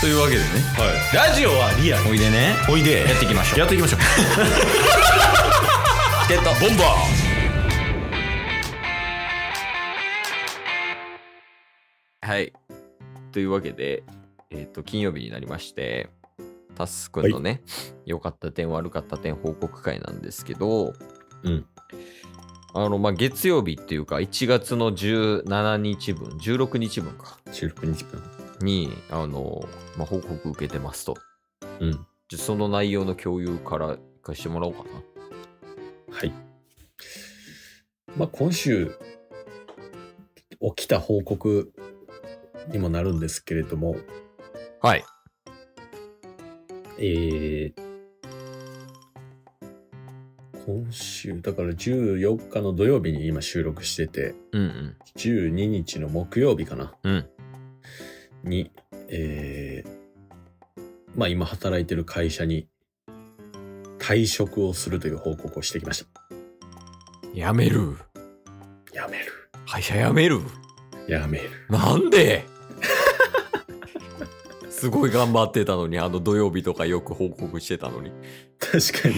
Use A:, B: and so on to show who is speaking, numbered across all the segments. A: というわけでね
B: ラジオはリアル
A: おいでね
B: おいで
A: やっていきましょう
B: やっていきましょう
A: チケットボンバーはいというわけでえっ、と金曜日になりましてタスくんのね良、かった点悪かった点報告会なんですけど
B: うん
A: あのまあ月曜日っていうか1月の17日分16日分か
B: 収録日分
A: にあの、まあ、報告受けてますと
B: うん
A: じゃその内容の共有から一回してもらおうかな
B: はいまあ今週起きた報告にもなるんですけれども
A: はい
B: えー、今週だから14日の土曜日に今収録してて
A: うんうん
B: 12日の木曜日かな
A: うん
B: に、えーまあ今働いてる会社に退職をするという報告をしてきまし
A: やめる
B: た。やめる。
A: 会社辞める
B: やめる。
A: なんで すごい頑張ってたのにあの土曜日とかよく報告してたのに
B: 確か に。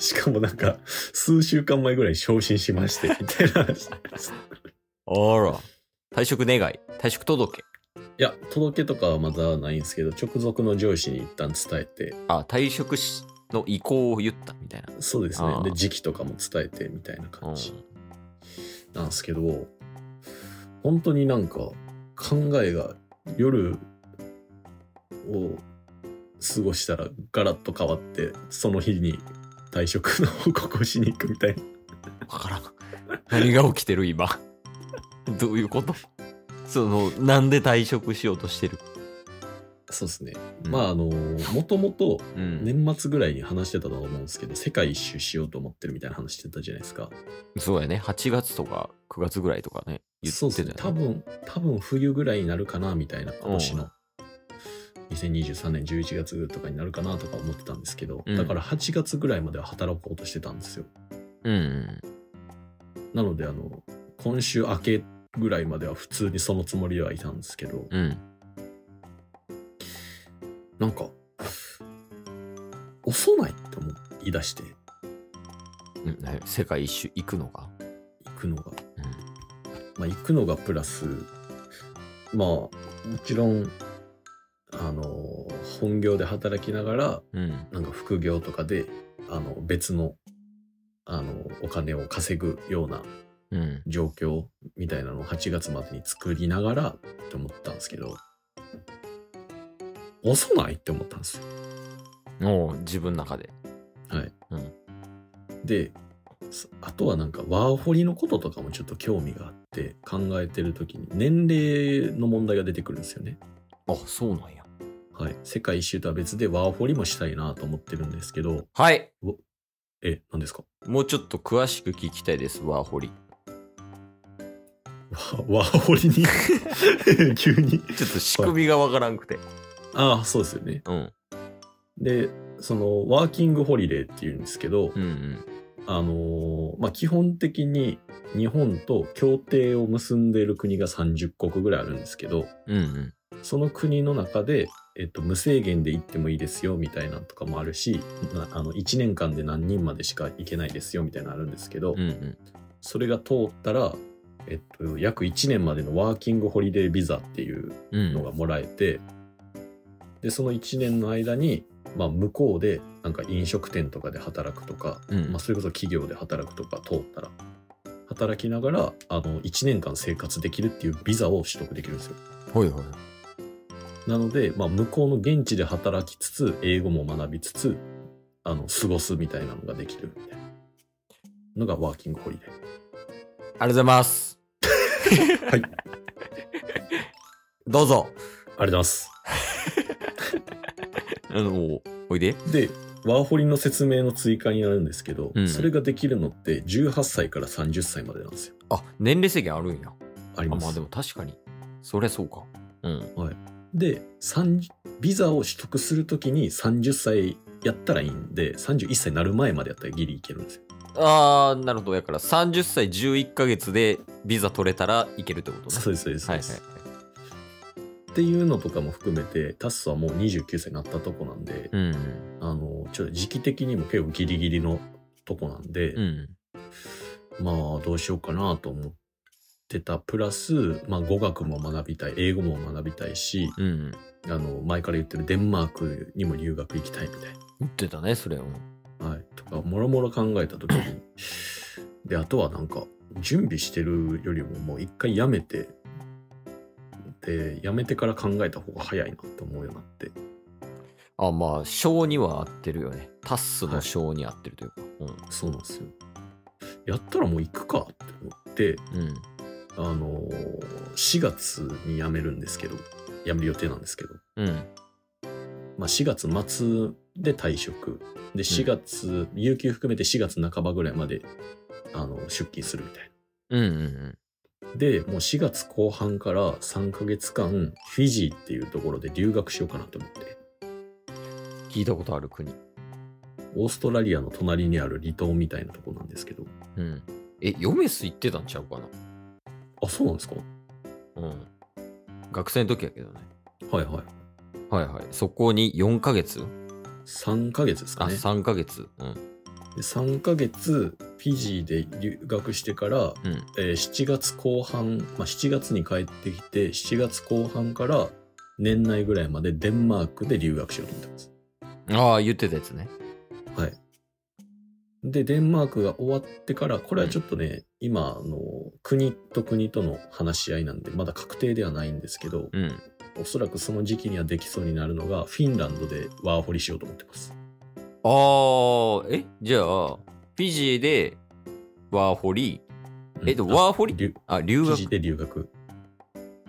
B: しかもなんか、数週間前ぐらいに昇進しまして、みたいな話。い
A: あら退職願い退職届
B: や、届けとかはまだないんですけど、直属の上司に一旦伝えて、
A: あ退職しの意向を言ったみたいな、
B: そうです
A: あ
B: ね。
A: ー
B: で、時期とかも伝えて、みたいな
A: う
B: 感
A: ん、
B: じなんですけど、本当になんか、考えが夜を過ごしたらガラッと変わってその日に退職の報告をしに行くみたいな
A: わからん何が起きてる今どういうことそのなんで退職しようとしてる、
B: そうですね、
A: うん
B: まああのもともと
A: うん
B: 年末ぐらいに話してたと思うんですけど世界一周しようと思ってるみたいな話してたじゃないですか
A: そうやね8月とか9月ぐらいとかね言
B: そう
A: っ
B: です
A: て
B: ね
A: た
B: 多
A: よね
B: 分多分冬ぐらいになるかなみたいな今年
A: う
B: の2023年11月とかになるかなとか思ってたんですけど、
A: うん
B: だから8月ぐらいまでは働こうとしてたんですよ
A: うん
B: なのであの今週明けぐらいまでは普通にそのつもりではいたんですけど
A: うんうん
B: なんか遅ないって思い出して
A: うんね世界一周行くのが、
B: 行くのが
A: うん
B: まあ、行くのがプラスまあもちろんあの本業で働きながら
A: うん。
B: なんか副業とかであの別のあのお金を稼ぐような
A: うん。
B: 状況みたいなのを8月までに作りながらって思ったんですけど遅ないって思ったんですよ。
A: おう自分の中で。
B: はい
A: うん
B: でそあとはなんかワーホリのこととかもちょっと興味があって考えてる時に年齢の問題が出てくるんですよね。
A: あ、そうなんや。
B: はい、世界一周とは別でワーホリもしたいなと思ってるんですけど
A: はい。
B: え何ですか
A: もうちょっと詳しく聞きたいです、ワーホリ。
B: わワーホリに 急
A: ちょ
B: に
A: っと仕組みがわからんくて。
B: ああそうですよね
A: うん。
B: でそのワーキングホリデーっていうんですけど、
A: うんうん。
B: あのーまあ基本的に日本と協定を結んでいる国が30国ぐらいあるんですけど
A: うんうん。
B: その国の中で、えっと、無制限で行ってもいいですよみたいなのとかもあるしなあの1年間で何人までしか行けないですよみたいなのあるんですけど、
A: うんうん。
B: それが通ったら、えっと、約1年までのワーキングホリデービザっていう
A: うん
B: のがもらえて、でその1年の間に、まあ、向こうでなんか飲食店とかで働くとか、
A: うん
B: まあ、それこそ企業で働くとか通ったら働きながらあの1年間生活できるっていうビザを取得できるんですよ
A: ほいほい。
B: なので、まあ、向こうの現地で働きつつ英語も学びつつあの過ごすみたいなのができるみたいなのがワーキングホリデー
A: ありがとうございます。
B: はい
A: どうぞ。
B: ありがとうございます
A: あの、おいで。
B: でワーホリの説明の追加になるんですけど、
A: うん
B: それができるのって18歳から30歳までなんですよ
A: あ、年齢制限あるんや。
B: あり
A: あ、
B: ます
A: まあでも確かに。そりゃそうか。うん。
B: で30ビザを取得するときに30歳やったらいいんで31歳になる前までやったらギリいけるんですよ
A: あー、なるほど。やから30歳11ヶ月でビザ取れたらいけるってことね。
B: そうですそうです、
A: はいは
B: そうですっていうのとかも含めてタッスはもう29歳になったとこなんで、
A: うん。
B: あのちょっと時期的にも結構ギリギリのとこなんで、
A: うん。
B: まあどうしようかなと思ってたプラス、まあ、語学も学びたい英語も学びたいし
A: うん。
B: あの前から言ってるデンマークにも留学行きたいみたい
A: 言ってたね、それを。
B: な、はい、とかもろもろ考えた時にであとはなんか準備してるよりももう一回やめてでやめてから考えた方が早いなって思うようになって
A: あ、まあ、章には合ってるよね。タッスの章に合ってるというか。
B: そうなんですよやったらもう行くかって思って
A: うん。うん。
B: あの4月に辞めるんですけど辞める予定なんですけど
A: うん。
B: まあ、4月末で退職で4月、有給含めて4月半ばぐらいまであの出勤するみたい
A: うんうん
B: なでもう4月後半から3ヶ月間フィジーっていうところで留学しようかなと思って
A: うん。聞いたことある国。
B: オーストラリアの隣にある離島みたいなとこなんですけど
A: うん。え、ヨメス行ってたんちゃうか
B: あそうなんですか
A: な。うん。学生の時やけどね。
B: はいはい
A: はいはい。そこに4ヶ月、
B: 3ヶ月です
A: あ、
B: かね
A: 3ヶ月。うん。
B: で3ヶ月フィジーで留学してから、
A: うん。
B: えー7月後半、まあ、7月に帰ってきて7月後半から年内ぐらいまでデンマークで留学しようと思ってます。
A: ああ、言ってたやつね。
B: はい、でデンマークが終わってからこれはちょっとね、今あの国と国との話し合いなんでまだ確定ではないんですけど、
A: うん。
B: おそらくその時期にはできそうになるのがフィンランドでワーホリしようと思ってます。
A: ああ、え、じゃあ、フィジーでワーホリ、えっと、
B: うん
A: ワーホリ
B: 留
A: あ、留
B: フィジ
A: 学
B: ー。で留学。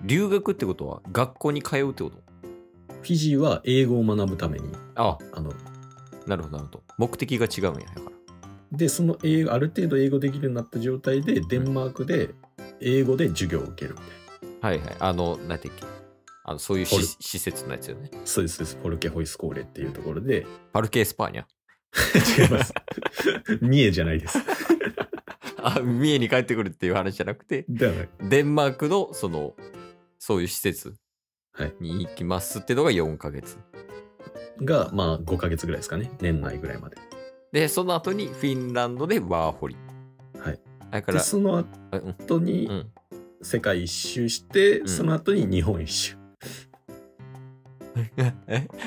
A: 留学ってことは、学校に通うってこと
B: フィジーは英語を学ぶために
A: あ
B: あの
A: なるほど、なるほど。目的が違うんや、だから。
B: でその英語ある程度英語できるようになった状態でデンマークで英語で授業を受けるみたい
A: はいはい。あの、なんていうっけあのそういう
B: ホル
A: し施設のやつよね。
B: なそうですそうですポルケホイスコーレっていうとこ ろで
A: パルケ・エスパーニャ。
B: 違います 三重じゃないです
A: あ、三重に帰ってくるっていう話じゃなくて、
B: ではない
A: デンマークの、その、そういう施設
B: はい
A: に行きますってのが4ヶ月。
B: がまあ5ヶ月ぐらいですかね年内ぐらいまで
A: で、その後にフィンランドでワーホリ。
B: はい。
A: だか
B: で
A: ら、
B: その
A: あうん。
B: 後に
A: うん
B: 世界一周して、
A: ん
B: その後に日本一周
A: え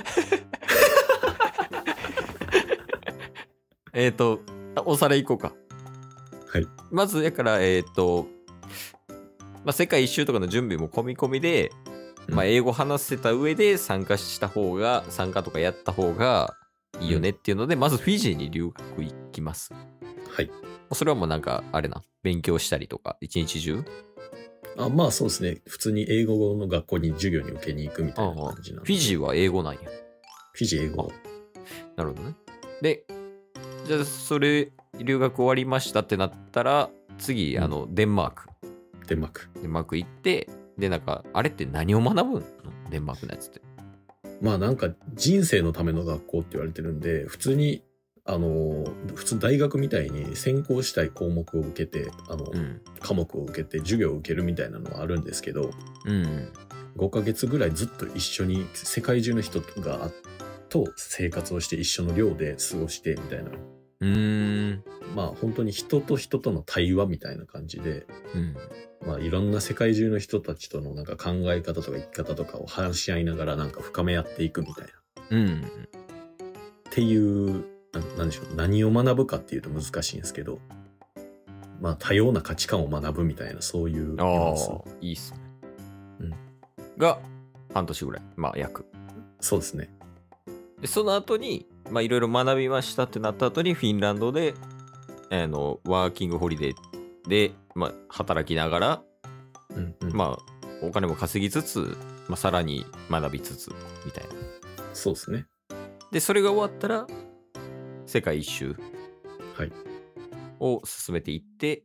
A: えっと、おさらい行こうか。
B: はい
A: まず、やから、えっ、と、まあ、世界一周とかの準備も込み込みで、まあ、
B: うん
A: 英語話せた上で参加した方が、参加とかやった方がいいよねっていうので、まずフィジーに留学行きます。
B: はい
A: それはもうなんか、あれな、勉強したりとか、一日中
B: あまあそうですね普通に英語の学校に授業に受けに行くみたいな感じなん
A: フ
B: で
A: ィジーは英語なんや。
B: フィジー英語
A: なるほどね。で、じゃあ、それ、留学終わりましたってなったら、次、
B: うん
A: あの、デンマーク。
B: デンマーク
A: デンマーク行って、で、なんか、あれって何を学ぶのデンマークのやつって。
B: まあなんか人生のための学校って言われてるんで普通にあの普通大学みたいに専攻したい項目を受けてあの、
A: うん。
B: 科目を受けて授業を受けるみたいなのはあるんですけど
A: うん。
B: 5ヶ月ぐらいずっと一緒に世界中の人がと生活をして一緒の寮で過ごしてみたいな
A: うーん。
B: まあ本当に人と人との対話みたいな感じで、
A: うん。
B: まあ、いろんな世界中の人たちとのなんか考え方とか生き方とかを話し合いながらなんか深め合っていくみたいな。
A: うん。
B: っていうななんでしょう何を学ぶかっていうと難しいんですけどまあ多様な価値観を学ぶみたいなそういうニ
A: あ
B: ュアンス
A: あ、いいっすね。
B: うん。
A: が、半年ぐらい。まあ、約。
B: そうですね
A: で、その後に、まあ、いろいろ学びましたってなった後に、フィンランドで、あの、ワーキングホリデーで、まあ、働きながら、
B: うんうん
A: まあ、お金も稼ぎつつ、まあ、さらに学びつつ、みたいな。
B: そうですね
A: で、それが終わったら、世界一周
B: はい
A: を進めていって、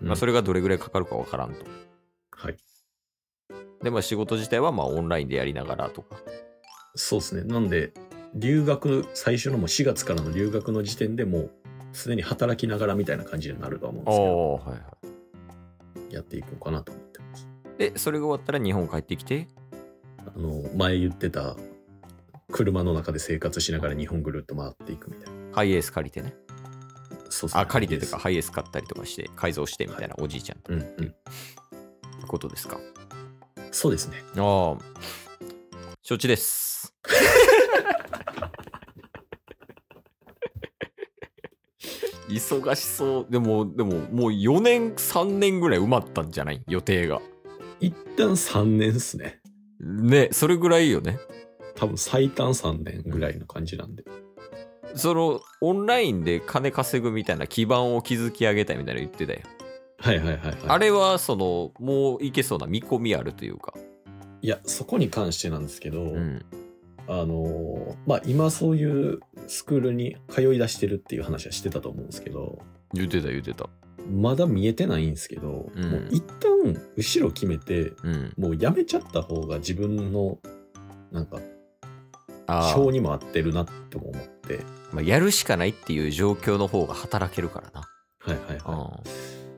A: ま
B: う
A: あ、
B: ん
A: それがどれぐらいかかるかわからんと。
B: はい
A: で、まあ、仕事自体は、まあ、オンラインでやりながらとか。
B: そうですねなんで留学最初のもう4月からの留学の時点でもうすでに働きながらみたいな感じになるとは思うんですけど
A: はいは
B: やっていこうかなと思ってます
A: い。で、それが終わったら、日本帰ってきて、
B: あの前言ってた車の中で生活しながら日本ぐるっと回っていくみたいな
A: ハイエース借りてね。
B: そうそう
A: あ、借りてとか、
B: いい
A: ハイエース買ったりとかして、改造してみたいな、おじいちゃんと
B: ですうんうん
A: いうことですか。
B: そうですね
A: ああ、承知です。 忙しそう。でも、でも、もう4年、3年ぐらい埋まったんじゃない予定が。
B: 一旦3年っすね
A: ね、それぐらいよね。
B: 多分最短3年ぐらいの感じなんで
A: その、オンラインで金稼ぐみたいな基盤を築き上げたいみたいなの言ってたよ。
B: はいはいはい、はい、
A: あれは、その、もういけそうな見込みあるというか。
B: いやそこに関してなんですけど、
A: うん。
B: あのまあ今そういうスクールに通い出してるっていう話はしてたと思うんですけど
A: 言ってた、言ってた。
B: まだ見えてないんですけど、
A: うん
B: もう一旦後ろ決めて
A: うん。
B: もうやめちゃった方が自分のなんか
A: あ
B: 性
A: あ、
B: にも合ってるなっても思って
A: まあ、やるしかないっていう状況の方が働けるからな。
B: はいはいは
A: ああ
B: い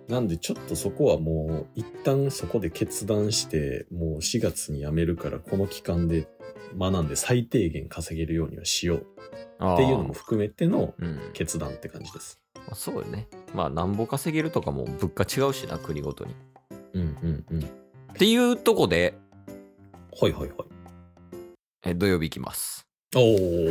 B: なんでちょっとそこはもう一旦そこで決断してもう4月に辞めるからこの期間で学んで最低限稼げるようにはしよう
A: っ
B: っていうのも、含めての
A: うん、
B: 決断って感じです
A: まあそうよねまあなんぼ稼げるとかも物価違うしな国ごとに
B: うんうんうん
A: っていうとこで
B: はいはいはい
A: え土曜日行きます
B: おお